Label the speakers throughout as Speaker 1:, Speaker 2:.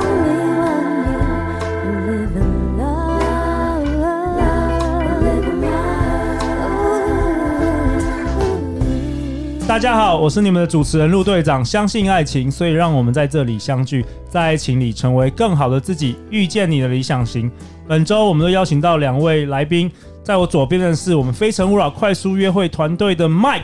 Speaker 1: only one. Live in love, live in love.
Speaker 2: 大家好，我是你们的主持人陆队长。相信爱情，所以让我们在这里相聚，在爱情里成为更好的自己，遇见你的理想型。本周我们都邀请到两位来宾，在我左边的是我们非诚勿扰快速约会团队的 Mike。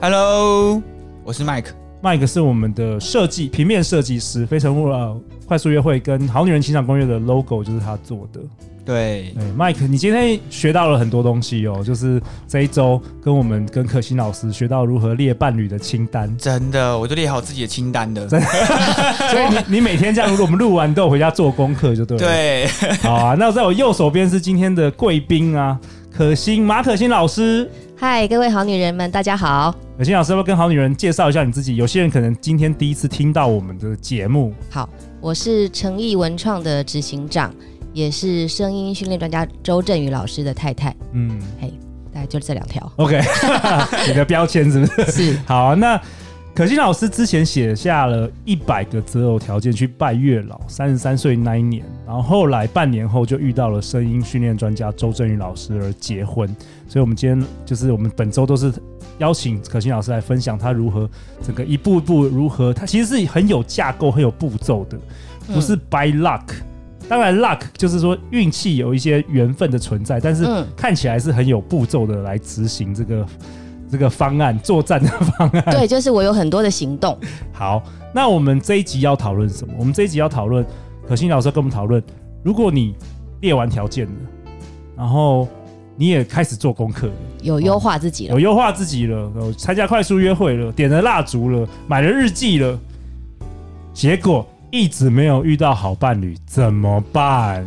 Speaker 3: Hello，我是 Mike。
Speaker 2: Mike 是我们的设计平面设计师，非诚勿扰快速约会跟好女人情场攻略的 logo 就是他做的。
Speaker 3: 对，。
Speaker 2: 对，Mike，你今天学到了很多东西哦，就是这一周跟我们跟可心老师学到如何列伴侣的清单
Speaker 3: 真的，我就列好自己的清单的。真的，
Speaker 2: 所以你你每天这样，如果我们录完都有回家做功课就对了。，
Speaker 3: 对，
Speaker 2: 好啊。那在我右手边是今天的贵宾啊，可心马可心老师。
Speaker 4: 嗨，各位好女人们，大家好。
Speaker 2: 可心老师要不要跟好女人介绍一下你自己？有些人可能今天第一次听到我们的节目，
Speaker 4: 好，我是诚毅文创的执行长，也是声音训练专家周振宇老师的太太。
Speaker 2: 嗯。
Speaker 4: 嘿，大概就这两条
Speaker 2: ，OK，你的标签是 不是？
Speaker 4: 是，
Speaker 2: 好、啊，那可心老师之前写下了一百个择偶条件去拜月老，三十三岁那一年，然后后来半年后就遇到了声音训练专家周振宇老师而结婚，所以我们今天就是我们本周都是邀请可心老师来分享他如何整个一步一步如何，他其实是很有架构、很有步骤的，
Speaker 4: 嗯
Speaker 2: 不是 by luck。当然，luck 就是说运气有一些缘分的存在，但是
Speaker 4: 嗯
Speaker 2: 看起来是很有步骤的来执行这个这个方案作战的方案。
Speaker 4: 对，就是我有很多的行动。
Speaker 2: 好，那我们这一集要讨论什么？我们这一集要讨论，可心老师要跟我们讨论，如果你列完条件了，然后你也开始做功课了，
Speaker 4: 有优化自己了
Speaker 2: 有，优化自己了，有参加快速约会了，点了蜡烛了，买了日记了，结果一直没有遇到好伴侣，怎么办？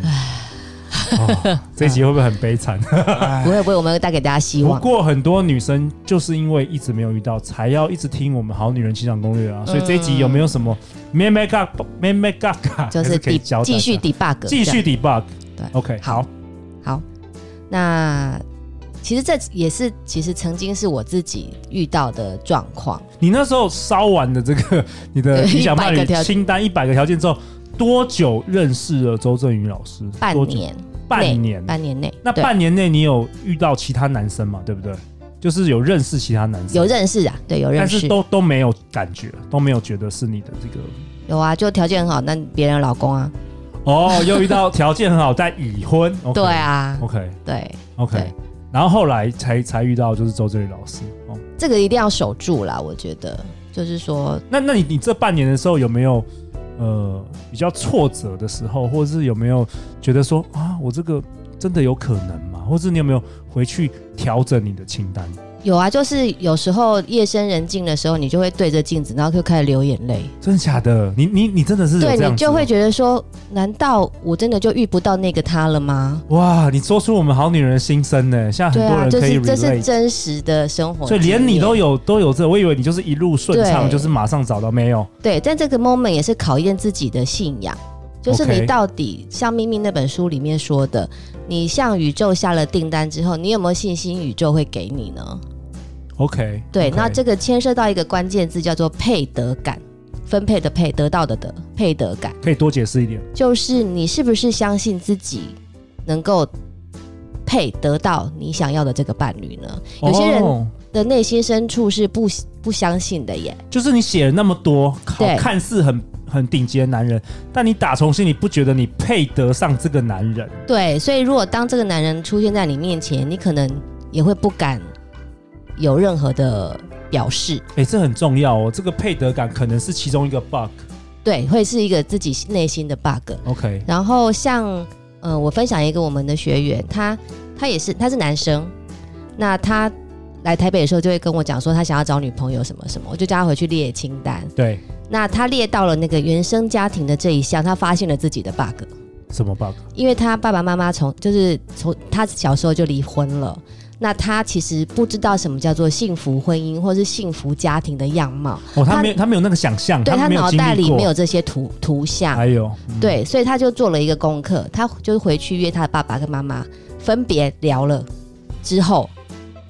Speaker 2: 哦、这一集会不会很悲惨？哎
Speaker 4: 不会不会，我们会带给大家希
Speaker 2: 不
Speaker 4: 望。
Speaker 2: 过很多女生就是因为一直没有遇到，才要一直听我们《好女人情场攻略》
Speaker 4: 嗯
Speaker 2: 啊。所以这一集有没有什么 man make up man make up 啊
Speaker 4: 就
Speaker 2: 还
Speaker 4: 是
Speaker 2: 可以
Speaker 4: d
Speaker 2: 教大家
Speaker 4: 继续 debug，
Speaker 2: 继续 debug？
Speaker 4: 对
Speaker 2: ，OK，好，
Speaker 4: 好，那其实这也是其实曾经是我自己遇到的状况。
Speaker 2: 你那时候烧完的这个 你的
Speaker 4: 对
Speaker 2: 理想伴侣
Speaker 4: 100个条件
Speaker 2: 清单一百个条件之后，多久认识了周振宇老师？
Speaker 4: 半
Speaker 2: 多久，
Speaker 4: 年，内
Speaker 2: 半年。
Speaker 4: 半年内，
Speaker 2: 那
Speaker 4: 对
Speaker 2: 半年内你有遇到其他男生嘛？对不对？就是有认识其他男生，
Speaker 4: 有认识啊，对，有认
Speaker 2: 但
Speaker 4: 识
Speaker 2: 是。都都没有感觉，都没有觉得是你的这个
Speaker 4: 有啊，就条件很好，那别人的老公啊，
Speaker 2: 哦，又遇到条件很好但已 婚。OK
Speaker 4: 对啊，
Speaker 2: ，OK
Speaker 4: 对，
Speaker 2: OK，
Speaker 4: 对
Speaker 2: 然后后来才才遇到就是周振宇老师哦。
Speaker 4: 这个一定要守住啦，我觉得，就是说，
Speaker 2: 那那你你这半年的时候有没有呃比较挫折的时候，或者是有没有觉得说啊我这个真的有可能吗？或者是你有没有回去调整你的清单？
Speaker 4: 有啊，就是有时候夜深人静的时候，你就会对着镜子，然后就开始流眼泪，
Speaker 2: 真的假的？你你你真的是有
Speaker 4: 对
Speaker 2: 这样
Speaker 4: 你
Speaker 2: 子
Speaker 4: 就
Speaker 2: 吗
Speaker 4: 会觉得说，难道我真的就遇不到那个他了吗？
Speaker 2: 哇，你说出我们好女人的心声呢，现在
Speaker 4: 对
Speaker 2: 很多
Speaker 4: 啊，
Speaker 2: 人
Speaker 4: 就
Speaker 2: 可以
Speaker 4: 是
Speaker 2: relate，、
Speaker 4: 这是真实的生活经
Speaker 2: 所以
Speaker 4: 验，
Speaker 2: 连你都有都有这，我以为你就是一路顺畅，
Speaker 4: 对
Speaker 2: 就是马上找到没有。
Speaker 4: 对，但这个 moment 也是考验自己的信仰，就是你
Speaker 2: OK
Speaker 4: 到底像《秘密》那本书里面说的，你向宇宙下了订单之后，你有没有信心宇宙会给你呢？
Speaker 2: OK，
Speaker 4: 对
Speaker 2: OK
Speaker 4: 那这个牵涉到一个关键字叫做配得感，分配的配，得到的得，配得感
Speaker 2: 可以多解释一点。
Speaker 4: 就是你是不是相信自己能够配得到你想要的这个伴侣呢？有些人
Speaker 2: 哦、
Speaker 4: 的内心深处是不不相信的耶，
Speaker 2: 就是你写了那么多，好
Speaker 4: 对
Speaker 2: 看似很很顶级的男人，但你打从心里不觉得你配得上这个男人。
Speaker 4: 对，所以如果当这个男人出现在你面前，你可能也会不敢有任何的表示，
Speaker 2: 哎，这很重要哦，这个配得感可能是其中一个 bug。
Speaker 4: 对，会是一个自己内心的 bug。
Speaker 2: OK，
Speaker 4: 然后像呃，我分享一个我们的学员，他他也是他是男生，那他来台北的时候就会跟我讲说他想要找女朋友什么什么，我就叫他回去列清单。
Speaker 2: 对，
Speaker 4: 那他列到了那个原生家庭的这一项，他发现了自己的 bug，
Speaker 2: 什么 bug？
Speaker 4: 因为他爸爸妈妈从就是从他小时候就离婚了。那他其实不知道什么叫做幸福婚姻或是幸福家庭的样貌，
Speaker 2: 哦，他
Speaker 4: 他
Speaker 2: 没嗯有他没有那个想象，
Speaker 4: 对他
Speaker 2: 没有
Speaker 4: 脑
Speaker 2: 经
Speaker 4: 袋
Speaker 2: 历
Speaker 4: 里
Speaker 2: 过哎
Speaker 4: 没有这些图图像，
Speaker 2: 还有，
Speaker 4: 对，所以他就做了一个功课，他就回去约他的爸爸跟妈妈分别聊了之后，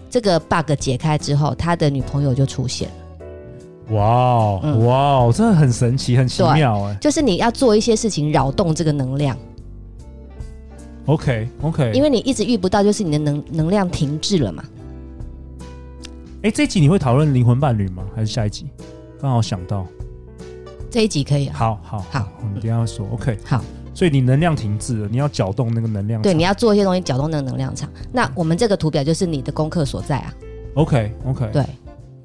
Speaker 4: 这个 bug 解开之后，他的女朋友就出现了。
Speaker 2: 哇哦
Speaker 4: 嗯
Speaker 2: 哇哦，真的很神奇，很奇
Speaker 4: 对
Speaker 2: 妙哎。
Speaker 4: 就是你要做一些事情扰动这个能量，
Speaker 2: OK OK，
Speaker 4: 因为你一直遇不到，就是你的能能量停滞了嘛。
Speaker 2: 哎，这一集你会讨论灵魂伴侣吗？还是下一集？刚好想到，
Speaker 4: 这一集可以啊，
Speaker 2: 好好
Speaker 4: 好，
Speaker 2: 你等一下说 OK。
Speaker 4: 好，
Speaker 2: 所以你能量停滞了，你要搅动那个能量场。
Speaker 4: 对，你要做一些东西搅动那个能量场。那我们这个图表就是你的功课所在啊，
Speaker 2: OK OK
Speaker 4: 对。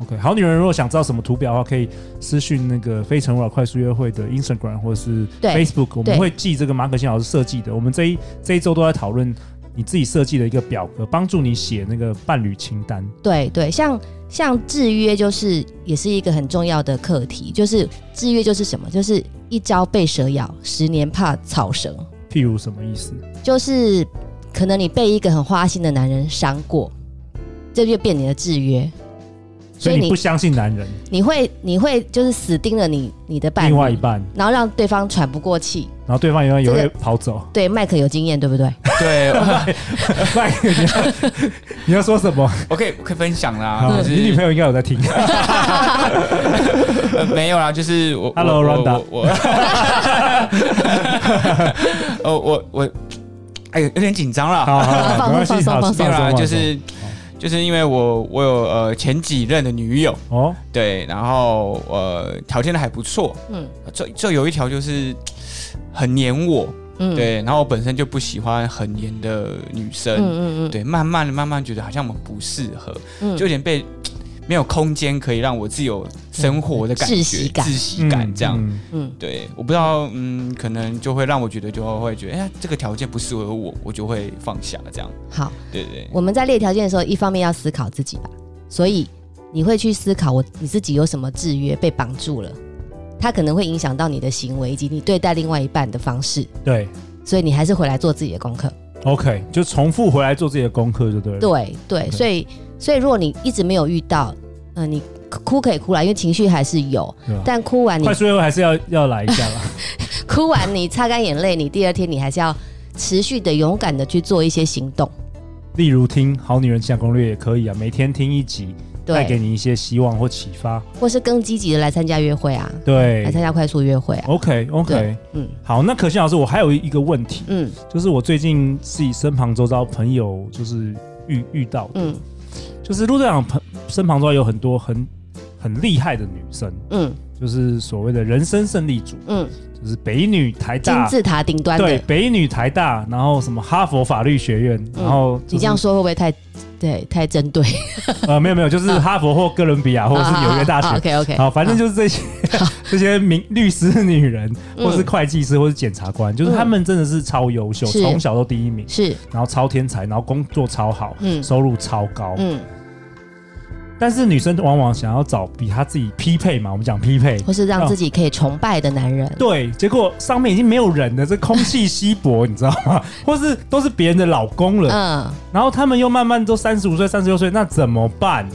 Speaker 2: OK，好女人如果想知道什么图表的话，可以私讯那个《非诚勿扰快速约会》的 Instagram 或者是
Speaker 4: 对
Speaker 2: Facebook，我们
Speaker 4: 对
Speaker 2: 会记这个马可欣老师设计的。我们这一这一周都在讨论你自己设计的一个表格，帮助你写那个伴侣清单。
Speaker 4: 对对，像像制约就是也是一个很重要的课题，就是制约就是什么？就是一朝被蛇咬，十年怕草绳，
Speaker 2: 譬如什么意思？
Speaker 4: 就是可能你被一个很花心的男人伤过，这就变你的制约，
Speaker 2: 所
Speaker 4: 所以
Speaker 2: 以
Speaker 4: 你
Speaker 2: 你不相信男人，
Speaker 4: 你会你会就是死盯着你你的伴
Speaker 2: 另外一
Speaker 4: 侣，
Speaker 2: 半，
Speaker 4: 然后让对方喘不过气。
Speaker 2: 然后对方永远也
Speaker 4: 这
Speaker 2: 会
Speaker 4: 个
Speaker 2: 跑走。
Speaker 4: 对，麦克有经验，对不 对？
Speaker 3: 对
Speaker 2: 麦克你要 你要说什么？
Speaker 3: 我可以我可以分享啦，
Speaker 2: 好
Speaker 3: 就
Speaker 2: 你女
Speaker 3: 是
Speaker 2: 朋友应该有在听。
Speaker 3: 呃没有啦，就是我
Speaker 2: Hello,
Speaker 3: 我
Speaker 2: Rhonda
Speaker 3: 我我哦我 我哎有点紧 张啦，
Speaker 2: 好好，好
Speaker 4: 放
Speaker 2: 没关系，
Speaker 4: 松
Speaker 2: 好放
Speaker 4: 放松
Speaker 3: 没
Speaker 2: 松
Speaker 3: 有啦，
Speaker 2: 放松
Speaker 3: 就是就是因为我我有呃前几任的女友，
Speaker 2: 哦，
Speaker 3: 对，然后呃条件的还不错，
Speaker 4: 嗯
Speaker 3: 这这有一条就是很黏我，
Speaker 4: 嗯，
Speaker 3: 对，然后我本身就不喜欢很黏的女
Speaker 4: 嗯，
Speaker 3: 生，
Speaker 4: 嗯嗯嗯，
Speaker 3: 对，慢慢的慢慢觉得好像我们不适合，
Speaker 4: 嗯
Speaker 3: 就有点被没有空间可以让我自由生活的感觉，
Speaker 4: 窒息感
Speaker 3: 窒息感
Speaker 2: 嗯
Speaker 3: 这样。
Speaker 2: 嗯
Speaker 4: 嗯
Speaker 3: 对，我不知道，嗯，可能就会让我觉得，就会觉得，哎、呀，这个条件不适合我，我就会放下这样。
Speaker 4: 好。
Speaker 3: 对对对，
Speaker 4: 我们在列条件的时候，一方面要思考自己吧，所以你会去思考我你自己有什么制约被绑住了，它可能会影响到你的行为以及你对待另外一半的方式，
Speaker 2: 对
Speaker 4: 所以你还是回来做自己的功课。
Speaker 2: ，OK，就重复回来做自己的功课就对了。
Speaker 4: 对对，
Speaker 2: OK
Speaker 4: 所以所以如果你一直没有遇到，嗯、你哭可以哭啦，因为情绪还是有
Speaker 2: 对啊，
Speaker 4: 但哭完你
Speaker 2: 快速约会还是要要来一下啦。
Speaker 4: 哭完你擦干眼泪，你第二天你还是要持续的勇敢的去做一些行动。
Speaker 2: 例如听《好女人情感攻略》也可以啊，每天听一集，带给
Speaker 4: 对，
Speaker 2: 你一些希望或启发。
Speaker 4: 或是更积极的来参加约会啊，来
Speaker 2: 对
Speaker 4: 参加快速约会啊，
Speaker 2: ，OK OK，
Speaker 4: 对嗯
Speaker 2: 好，那可心老师，我还有一个问题，
Speaker 4: 嗯
Speaker 2: 就是我最近自己身旁周遭朋友就是遇遇到的，
Speaker 4: 嗯
Speaker 2: 就是陆队长朋身旁周遭有很多很很厉害的女生，
Speaker 4: 嗯
Speaker 2: 就是所谓的人生胜利组，
Speaker 4: 嗯，
Speaker 2: 就是北女台
Speaker 4: 金
Speaker 2: 大。
Speaker 4: 字塔顶端
Speaker 2: 对
Speaker 4: 的。
Speaker 2: 北女台大，然后什么哈佛法律学院，
Speaker 4: 嗯
Speaker 2: 然后就是
Speaker 4: 你这样说会不会太对太针对？
Speaker 2: 呃没有没有，就是
Speaker 4: 啊
Speaker 2: 哈佛或哥伦比亚或者哦是纽约大学
Speaker 4: OK OK，
Speaker 2: 好，反正就是这些 这些名律师、女人，
Speaker 4: 嗯
Speaker 2: 或是会计师，或是检察官，就是他们真的是超优秀，
Speaker 4: 是
Speaker 2: 从小都第一名，
Speaker 4: 是
Speaker 2: 然后超天才，然后工作超好，
Speaker 4: 嗯
Speaker 2: 收入超高。
Speaker 4: 嗯，
Speaker 2: 但是女生往往想要找比她自己匹配嘛，我们讲匹配，
Speaker 4: 或是让自己可以崇拜的男人，
Speaker 2: 对，结果上面已经没有人了，这空气稀 薄，你知道吗？或是都是别人的老公了，
Speaker 4: 嗯，
Speaker 2: 然后他们又慢慢都三十五岁、三十六岁，那怎么办？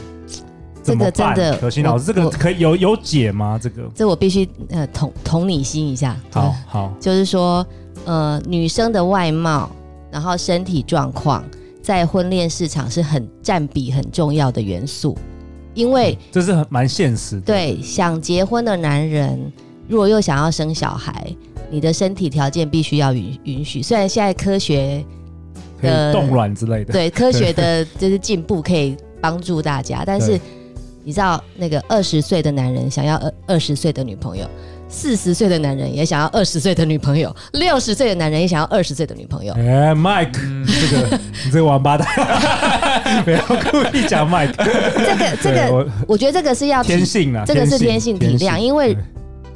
Speaker 4: 这
Speaker 2: 怎
Speaker 4: 个
Speaker 2: 么
Speaker 4: 真
Speaker 2: 办？
Speaker 4: 的
Speaker 2: 可心老师，
Speaker 4: 我
Speaker 2: 这个
Speaker 4: 我
Speaker 2: 可以有有解吗？这个
Speaker 4: 这我必须呃同同理心一下，
Speaker 2: 好好，
Speaker 4: 就是说呃女生的外貌，然后身体状况，在婚恋市场是很占比很重要的元素，因为
Speaker 2: 这是很蛮现实的。
Speaker 4: 对想结婚的男人，如果又想要生小孩，你的身体条件必须要允允许，虽然现在科学
Speaker 2: 可以冻卵之 类的。
Speaker 4: 呃对科学的就是进步可以帮助大家，但是
Speaker 2: 对
Speaker 4: 你知道那个二十岁的男人想要二二十岁的女朋友，四十岁的男人也想要二十岁的女朋友，六十岁的男人也想要二十岁的女 朋友。
Speaker 2: 哎、m i k e 这 个你这个王八蛋， 不要故意讲 Mike，
Speaker 4: 这个这
Speaker 2: 对
Speaker 4: 个，
Speaker 2: 我
Speaker 4: 我觉得这个是要
Speaker 2: 天
Speaker 4: 体
Speaker 2: 性啊，
Speaker 4: 这个是天性体谅，因为
Speaker 2: 对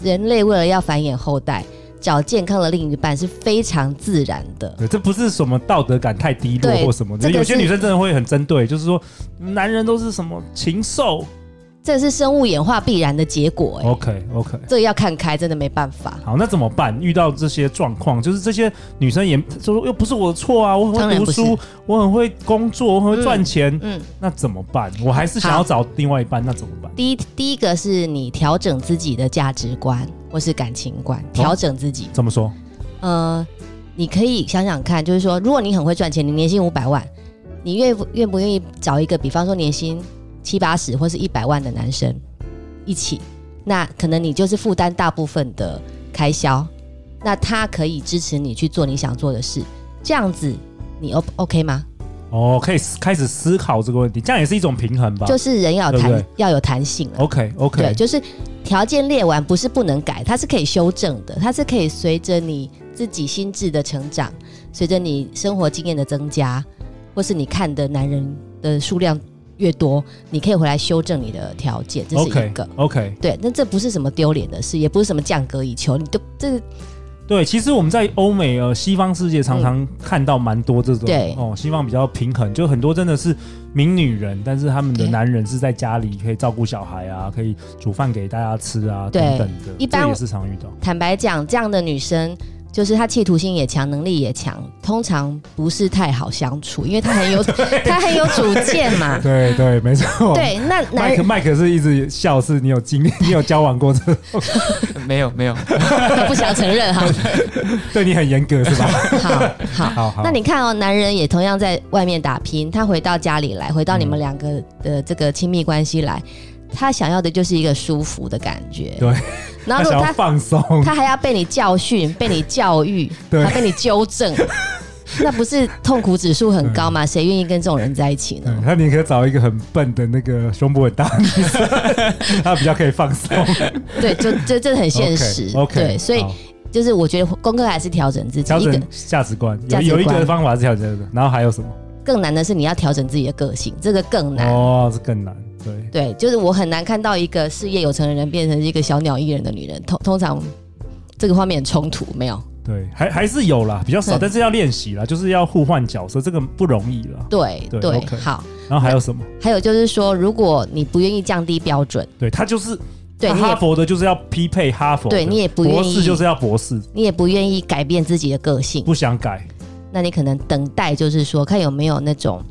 Speaker 4: 人类为了要繁衍后代，找健康的另一半是非常自然的。
Speaker 2: 对，这不是什么道德感太低落
Speaker 4: 对
Speaker 2: 或什么的，
Speaker 4: 这个
Speaker 2: 有些
Speaker 4: 是
Speaker 2: 女生真的会很针对，就是说男人都是什么禽兽，
Speaker 4: 这是生物演化必然的结果、哎、
Speaker 2: OK OK，
Speaker 4: 这要看开，真的没办法。
Speaker 2: 好，那怎么办？遇到这些状况，就是这些女生也说又不是我的错啊，我很
Speaker 4: 当
Speaker 2: 会
Speaker 4: 然
Speaker 2: 读
Speaker 4: 不是
Speaker 2: 书，我很会工作，我很会赚钱，
Speaker 4: 嗯，
Speaker 2: 那怎么办？我还是想要
Speaker 4: 好
Speaker 2: 找另外一半，那怎么办？
Speaker 4: 第一第一个是你调整自己的价值观或是感情观，
Speaker 2: 哦
Speaker 4: 调整自己。
Speaker 2: 怎么说？
Speaker 4: 呃，你可以想想看，就是说，如果你很会赚钱，你年薪五百万，你愿不愿不愿意找一个，比方说年薪七八十或是一百万的男生一起？那可能你就是负担大部分的开销，那他可以支持你去做你想做的事，这样子你 O OK 吗？
Speaker 2: 哦，可以思开始思考这个问题，这样也是一种平衡吧？
Speaker 4: 就是人要有弹
Speaker 2: 对不对
Speaker 4: 要有弹性啊。
Speaker 2: OK
Speaker 4: 对，
Speaker 2: OK，
Speaker 4: 就是条件列完不是不能改，它是可以修正的，它是可以随着你自己心智的成长，随着你生活经验的增加，或是你看的男人的数量越多，你可以回来修正你的条件，这是一
Speaker 2: OK
Speaker 4: 个。
Speaker 2: OK，
Speaker 4: 对，那这不是什么丢脸的事，也不是什么降格以求，你都这
Speaker 2: 对，其实我们在欧美呃西方世界常常看到蛮多这种，
Speaker 4: 对
Speaker 2: 哦，西方比较平衡，就很多真的是名女人，但是他们的
Speaker 4: 对
Speaker 2: 男人是在家里可以照顾小孩啊，可以煮饭给大家吃啊，
Speaker 4: 对
Speaker 2: 等等的，
Speaker 4: 一般
Speaker 2: 这也是常遇到。
Speaker 4: 坦白讲，这样的女生就是她企图心也强，能力也强，通常不是太好相处，因为 她很有她很有主见嘛。
Speaker 2: 对 对，没错。
Speaker 4: 对，那男
Speaker 2: 麦克
Speaker 4: 人
Speaker 2: 麦克是一直笑，是你有经历，你有交往 过这，
Speaker 3: 没有没有，
Speaker 4: 不想承认哈，
Speaker 2: 对你很严格是吧？
Speaker 4: 好好。
Speaker 2: 好好，
Speaker 4: 那你看哦，男人也同样在外面打拼，他回到家里来，回到你
Speaker 2: 嗯
Speaker 4: 们两个的这个亲密关系来，他想要的就是一个舒服的感觉。
Speaker 2: 对。他
Speaker 4: 然后如
Speaker 2: 想
Speaker 4: 果
Speaker 2: 要
Speaker 4: 他
Speaker 2: 放松，
Speaker 4: 他还要被你教训、被你教育、
Speaker 2: 对
Speaker 4: 还被你纠 正，那不是痛苦指数很高吗？谁愿意跟这种人在一起
Speaker 2: 对
Speaker 4: 呢？
Speaker 2: 嗯他宁可找一个很笨的那个胸部很大的女 生，他比较可以放松。
Speaker 4: 对，就这这很 现实。
Speaker 2: OK，,
Speaker 4: 对，所以
Speaker 2: 好
Speaker 4: 就是我觉得功课还是调整自己。
Speaker 2: 调
Speaker 4: 一个
Speaker 2: 整价值观，有
Speaker 4: 价值
Speaker 2: 有一个
Speaker 4: 观
Speaker 2: 方法是调整价值观，然后还有什么？
Speaker 4: 更难的是你要调整自己的个性，这个更难。
Speaker 2: 哦，这更难。对，
Speaker 4: 对，就是我很难看到一个事业有成的人变成一个小鸟依人的女人，通通常这个画面很冲突，没有。
Speaker 2: 对，还还是有啦，比较少，
Speaker 4: 嗯
Speaker 2: 但是要练习啦，就是要互换角色，这个不容易啦。
Speaker 4: 对
Speaker 2: 对
Speaker 4: 对
Speaker 2: OK
Speaker 4: 好，
Speaker 2: 然后还有什么？
Speaker 4: 还有就是说，如果你不愿意降低标准，
Speaker 2: 对他就是，
Speaker 4: 对
Speaker 2: 他
Speaker 4: 你
Speaker 2: 啊哈
Speaker 4: 也
Speaker 2: 佛的就是要匹配哈佛的，
Speaker 4: 对你也不愿
Speaker 2: 博
Speaker 4: 意
Speaker 2: 士就是要博士，
Speaker 4: 你也不愿意改变自己的个性，
Speaker 2: 不想改。
Speaker 4: 那你可能等待就是说，看有没有那种。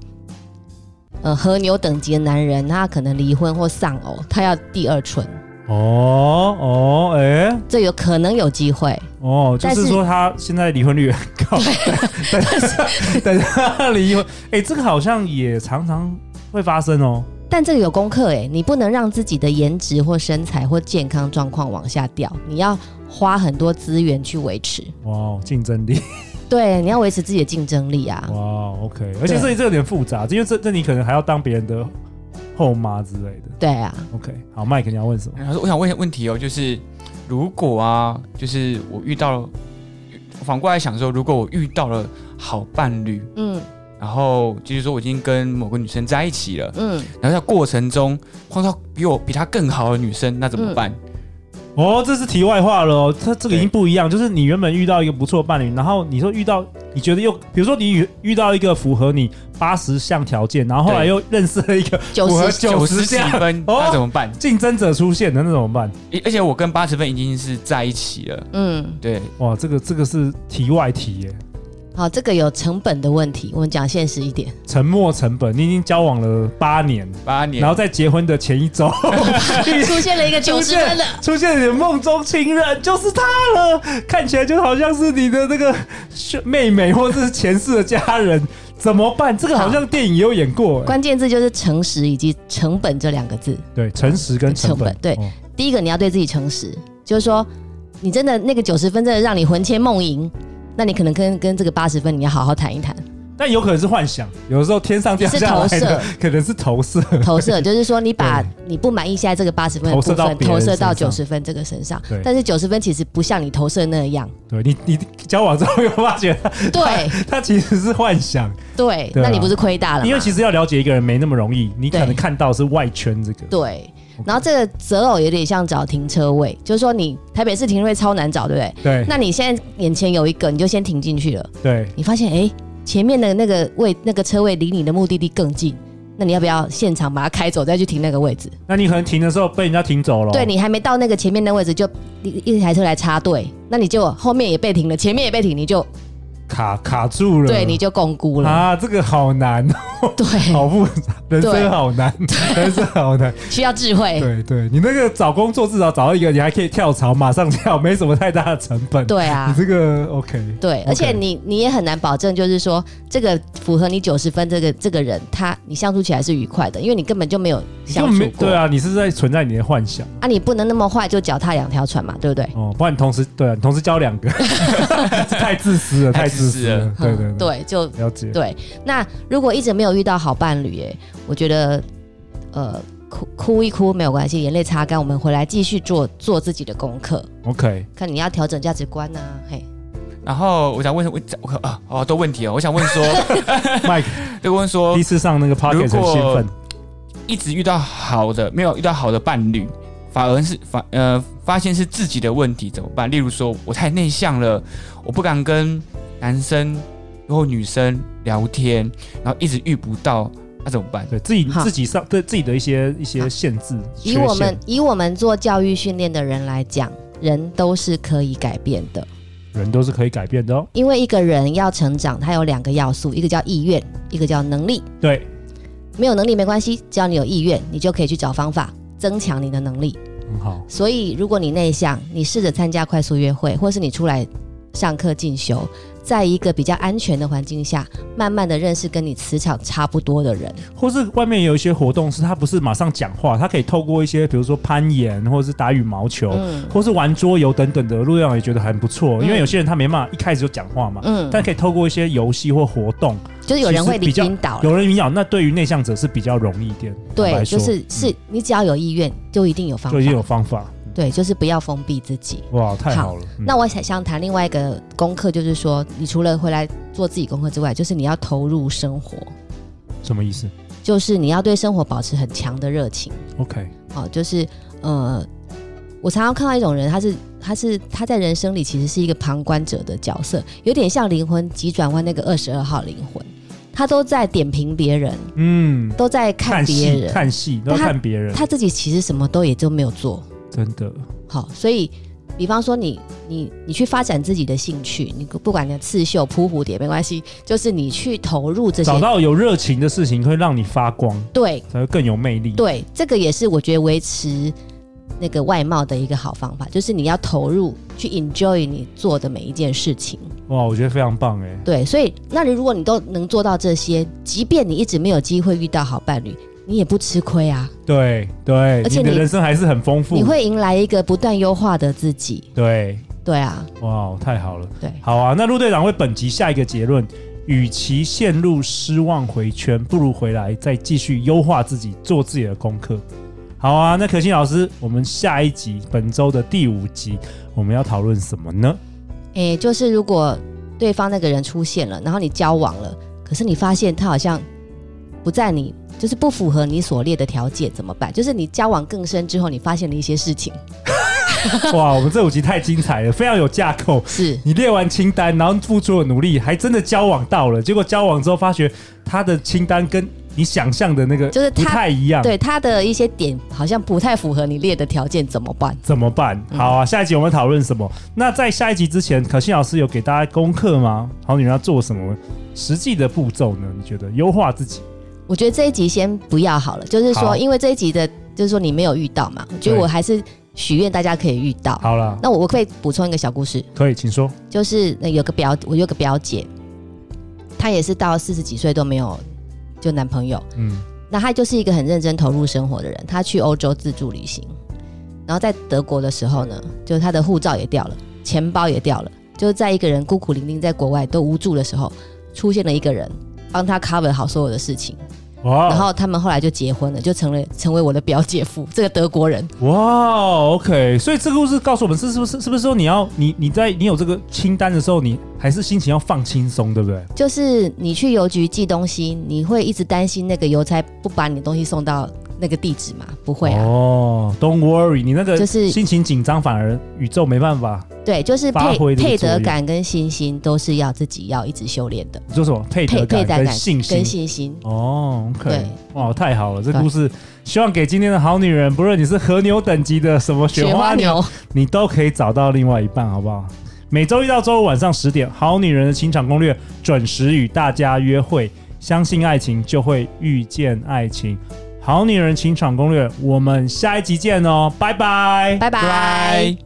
Speaker 4: 呃，和牛等级的男人，他可能离婚或丧偶，他要第二春，
Speaker 2: 哦哦，哎、
Speaker 4: 这有可能有机会。
Speaker 2: 哦，就
Speaker 4: 但
Speaker 2: 是
Speaker 4: 是
Speaker 2: 说他现在离婚率很高， 但是但是他离婚，哎、这个好像也常常会发生哦。
Speaker 4: 但这个有功课哎，你不能让自己的颜值或身材或健康状况往下掉，你要花很多资源去维持。
Speaker 2: 哇哦，竞争力，
Speaker 4: 对，你要维持自己的竞争力啊。
Speaker 2: 哇哦，OK，而且这这有点复杂，因为这这你可能还要当别人的后妈之类的。
Speaker 4: 对啊，
Speaker 2: OK，好，麦克你要问什么？
Speaker 3: 然后我想问一个问题哦，就是如果啊，就是我遇到了，反过来想说，如果我遇到了好伴侣，
Speaker 4: 嗯
Speaker 3: 然后就是说我已经跟某个女生在一起了，
Speaker 4: 嗯，
Speaker 3: 然后在过程中碰到比我比她更好的女生，那怎么办？
Speaker 2: 哦，这是题外话了哦，它这个已
Speaker 3: 对
Speaker 2: 经不一样，就是你原本遇到一个不错的伴侣，然后你说遇到你觉得又，比如说你遇遇到一个符合你八十项条件，然后后来
Speaker 3: 对
Speaker 2: 又认识了一 个
Speaker 4: 九
Speaker 2: 符合
Speaker 4: 十
Speaker 2: 九十
Speaker 3: 十几
Speaker 2: 项
Speaker 3: 分，
Speaker 2: 哦
Speaker 3: 那怎么办？
Speaker 2: 竞争者出现的，那怎么办？
Speaker 3: 而而且我跟八十分已经是在一起了，
Speaker 4: 嗯，
Speaker 3: 对，
Speaker 2: 哇，这个这个是题外题耶，
Speaker 4: 好，这个有成本的问题，我们讲现实一点。
Speaker 2: 沉没成本，你已经交往了八年，
Speaker 3: 八年，
Speaker 2: 然后在结婚的前一周
Speaker 4: 出现了一个九十分的，
Speaker 2: 哎出现你的梦中情人，就是他了，看起来就好像是你的那个妹妹或者是前世的家人，怎么办？这个好像电影也有演过哎耶，
Speaker 4: 关键字就是诚实以及成本这两个字。
Speaker 2: 对，诚实跟成本，
Speaker 4: 成本对
Speaker 2: 哦
Speaker 4: 第一个，你要对自己诚实，就是说，你真的那个九十分真的让你魂牵梦萦，那你可能跟跟这个八十分，你要好好谈一谈。
Speaker 2: 但有可能是幻想，有时候天上掉下来
Speaker 4: 是投
Speaker 2: 的可能是投射，
Speaker 4: 投射，就是说你把你不满意现在这个八十分的部
Speaker 2: 投射到
Speaker 4: 分
Speaker 2: 别人
Speaker 4: 投射到
Speaker 2: 身
Speaker 4: 九
Speaker 2: 上
Speaker 4: 十分这个身上
Speaker 2: 对，
Speaker 4: 但是九十分其实不像你投射那 样，
Speaker 2: 对你你交往之后有发觉他
Speaker 4: 对
Speaker 2: 他其实是幻想，
Speaker 4: 对，
Speaker 2: 对啊
Speaker 4: 那你不是亏大了吗？
Speaker 2: 因为其实要了解一个人没那么容易，你可能
Speaker 4: 对
Speaker 2: 看到是外圈这个，
Speaker 4: 对。然后这个择偶有点像找停车位，就是说你台北市停车位超难找，对不对？
Speaker 2: 对
Speaker 4: 那你现在眼前有一个，你就先停进去了。
Speaker 2: 对
Speaker 4: 你发现哎，诶前面的那个位那个车位离你的目的地更近，那你要不要现场把他开走，再去停那个位置？
Speaker 2: 那你可能停的时候被人家停走了。
Speaker 4: 对你还没到那个前面的位置，就一一台车来插队，那你就后面也被停了，前面也被停，你就
Speaker 2: 卡卡住了，
Speaker 4: 对你就共估了。
Speaker 2: 啊，哦这个好难，
Speaker 4: 对，
Speaker 2: 好复杂， 人生好难，人生好难。
Speaker 4: 需要智慧。
Speaker 2: 对对，你那个找工作至少找到一个，你还可以跳槽，马上跳，没什么太大的成本。
Speaker 4: 对
Speaker 2: 你
Speaker 4: 啊，
Speaker 2: 这个 OK，
Speaker 4: 对，而且你你也很难保证，就是说这个符合你九十分这个这个人，他你相处起来是愉快的，因为你根本就没有相
Speaker 2: 你就
Speaker 4: 处
Speaker 2: 没
Speaker 4: 过。
Speaker 2: 对啊，你是在存在你的幻想
Speaker 4: 啊，你不能那么坏就脚踏两条船嘛，对不对？
Speaker 2: 哦，不然你同时对啊，你同时交 两个，太自私了，太
Speaker 3: 太
Speaker 2: 自私
Speaker 3: 自私了
Speaker 2: 了。对对
Speaker 4: 嗯，对，就
Speaker 2: 了解。
Speaker 4: 对。那如果一直没有遇到好伴侣，哎，我觉得，呃，哭哭一哭没有关系，眼泪擦干，我们回来继续做做自己的功课，
Speaker 2: OK，
Speaker 4: 看你要调整价值观呐、嘿，
Speaker 3: 然后我想问问我啊好多问题哦，我想 问说
Speaker 2: Mike
Speaker 3: 就问说
Speaker 2: 第一次上那个 p o c k e t 很
Speaker 3: 如果
Speaker 2: 兴奋，
Speaker 3: 一直遇到好的，没有遇到好的伴侣，反而是反呃发现是自己的问题怎么办？例如说我太内向了，我不敢跟男生或女生聊天，然后一直遇不到，那、怎么办？
Speaker 2: 对自己
Speaker 4: 好
Speaker 2: 自己上对自己的一些一些限制，
Speaker 4: 以
Speaker 2: 缺
Speaker 4: 我
Speaker 2: 陷
Speaker 4: 们以我们做教育训练的人来讲，人都是可以改变的。
Speaker 2: 人都是可以改变的哦。
Speaker 4: 因为一个人要成长，他有两个要素，一个叫意愿，一个叫能力。
Speaker 2: 对，
Speaker 4: 没有能力没关系，只要你有意愿，你就可以去找方法增强你的能力。
Speaker 2: 很好，
Speaker 4: 所以，如果你内向，你试着参加快速约会，或是你出来上课进修，在一个比较安全的环境下，慢慢的认识跟你磁场差不多的人。
Speaker 2: 或是外面有一些活动是他不是马上讲话，他可以透过一些比如说攀岩，或者是打羽毛球，
Speaker 4: 嗯
Speaker 2: 或是玩桌游等等的，陆让也觉得很不错。因为
Speaker 4: 嗯
Speaker 2: 有些人他没办法一开始就讲话嘛，
Speaker 4: 嗯，
Speaker 2: 但可以透过一些游戏或活动，
Speaker 4: 就是有人会
Speaker 2: 其实比较
Speaker 4: 引导啦，
Speaker 2: 有人引导，那对于内向者是比较容易一点。坦
Speaker 4: 嗯对，
Speaker 2: 白
Speaker 4: 就
Speaker 2: 说嗯
Speaker 4: 是是你只要有意愿，就一定有方
Speaker 2: 就已经有
Speaker 4: 法。
Speaker 2: 方法。
Speaker 4: 对，就是不要封闭自己。
Speaker 2: 哇，太好了！嗯
Speaker 4: 那我想想谈另外一个功课，就是说，你除了回来做自己功课之外，就是你要投入生活，
Speaker 2: 什么意思
Speaker 4: 就是你要对生活保持很强的热情。
Speaker 2: ？OK，
Speaker 4: 哦，就是呃，我常常看到一种人，他是他是他在人生里其实是一个旁观者的角色，有点像《灵魂急转弯》那个二十二号灵魂，他都在点评别人，
Speaker 2: 嗯，
Speaker 4: 都在看别
Speaker 2: 戏，
Speaker 4: 人，
Speaker 2: 看戏，都要
Speaker 4: 但他
Speaker 2: 看别人，
Speaker 4: 他自己其实什么都也就没有做。
Speaker 2: 真的
Speaker 4: 好，所以比方说你你你去发展自己的兴趣，你不管你的刺绣、扑蝴蝶没关系，就是你去投入这些
Speaker 2: 找，到有热情的事情，会让你发光，
Speaker 4: 对
Speaker 2: 才会更有魅力。
Speaker 4: 对，这个也是我觉得维持那个外貌的一个好方法，就是你要投入去 enjoy 你做的每一件事情。
Speaker 2: 哇，我觉得非常棒哎。
Speaker 4: 对，所以那你如果你都能做到这些，即便你一直没有机会遇到好伴侣，你也不吃亏啊，
Speaker 2: 对对，
Speaker 4: 而且
Speaker 2: 你的
Speaker 4: 你
Speaker 2: 人生还是很丰富。
Speaker 4: 你会迎来一个不断优化的自己。
Speaker 2: 对，
Speaker 4: 对啊，
Speaker 2: 哇，太好了。
Speaker 4: 对，
Speaker 2: 好啊，那陆队长为本集下一个结论：与其陷入失望回圈，不如回来再继续优化自己，做自己的功课。好啊，那可心老师，我们下一集本周的第五集，我们要讨论什么 呢？
Speaker 4: 诶、就是如果对方那个人出现了，然后你交往了，可是你发现他好像不在你，就是不符合你所列的条件，怎么办？就是你交往更深之后，你发现了一些事情，
Speaker 2: 哇，我们这五集太精彩了，非常有架构。
Speaker 4: 是
Speaker 2: 你列完清单，然后付出了努力，还真的交往到了，结果交往之后发觉他的清单跟你想象的那个
Speaker 4: 就是
Speaker 2: 不
Speaker 4: 他
Speaker 2: 太一样，
Speaker 4: 对他的一些点好像不太符合你列的条件，怎么办？
Speaker 2: 怎么办？
Speaker 4: 嗯
Speaker 2: 好啊，下一集我们讨论什么？那在下一集之前，可心老师有给大家功课吗？好女人要做什么实际的步骤呢？你觉得优化自己？
Speaker 4: 我觉得这一集先不要好了，就是
Speaker 2: 好
Speaker 4: 说，因为这一集的，就是说你没有遇到嘛，我觉得
Speaker 2: 对
Speaker 4: 我还是许愿大家可以遇到。
Speaker 2: 好了，
Speaker 4: 那我我可以补充一个小故事，
Speaker 2: 可以，请说。
Speaker 4: 就是那有个表，我有个表姐，她也是到四十几岁都没有就男朋友，
Speaker 2: 嗯，
Speaker 4: 那他就是一个很认真投入生活的人。他去欧洲自助旅行，然后在德国的时候呢，就是他的护照也掉了，钱包也掉了，就是在一个人孤苦伶仃在国外都无助的时候，出现了一个人帮他 cover 好所有的事情。
Speaker 2: 哇
Speaker 4: 然后他们后来就结婚了，就成了成为我的表姐夫，这个德国人。
Speaker 2: 哇，OK，所以这个故事告诉我们是是不是是不是说你要你你在你有这个清单的时候，你还是心情要放轻松，对不对？
Speaker 4: 就是你去邮局寄东西，你会一直担心那个邮差不把你的东西送到那个地址嘛？不会啊，
Speaker 2: 哦，Don't worry，你那个
Speaker 4: 就是
Speaker 2: 心情紧张，反而宇宙没办法。
Speaker 4: 对，就是
Speaker 2: 发
Speaker 4: 配
Speaker 2: 挥这个
Speaker 4: 配
Speaker 2: 作
Speaker 4: 得
Speaker 2: 用
Speaker 4: 感跟信心都是要自己要一直修炼的，
Speaker 2: 你说什么？配得
Speaker 4: 配配
Speaker 2: 感
Speaker 4: 得
Speaker 2: 跟
Speaker 4: 感
Speaker 2: 信心
Speaker 4: 跟。信心。
Speaker 2: 哦，OK，
Speaker 4: 对
Speaker 2: 哇，太好了，这
Speaker 4: 对
Speaker 2: 故事希望给今天的好女人，不论你是和牛等级的什么雪
Speaker 4: 雪
Speaker 2: 花
Speaker 4: 花
Speaker 2: 牛，
Speaker 4: 牛，
Speaker 2: 你都可以找到另外一半，好不好？每周一到周五晚上十点，《好女人的情场攻略》准时与大家约会。相信爱情，就会遇见爱情。《好女人情场攻略》，我们下一集见哦，拜拜。
Speaker 4: 拜拜。
Speaker 3: 拜。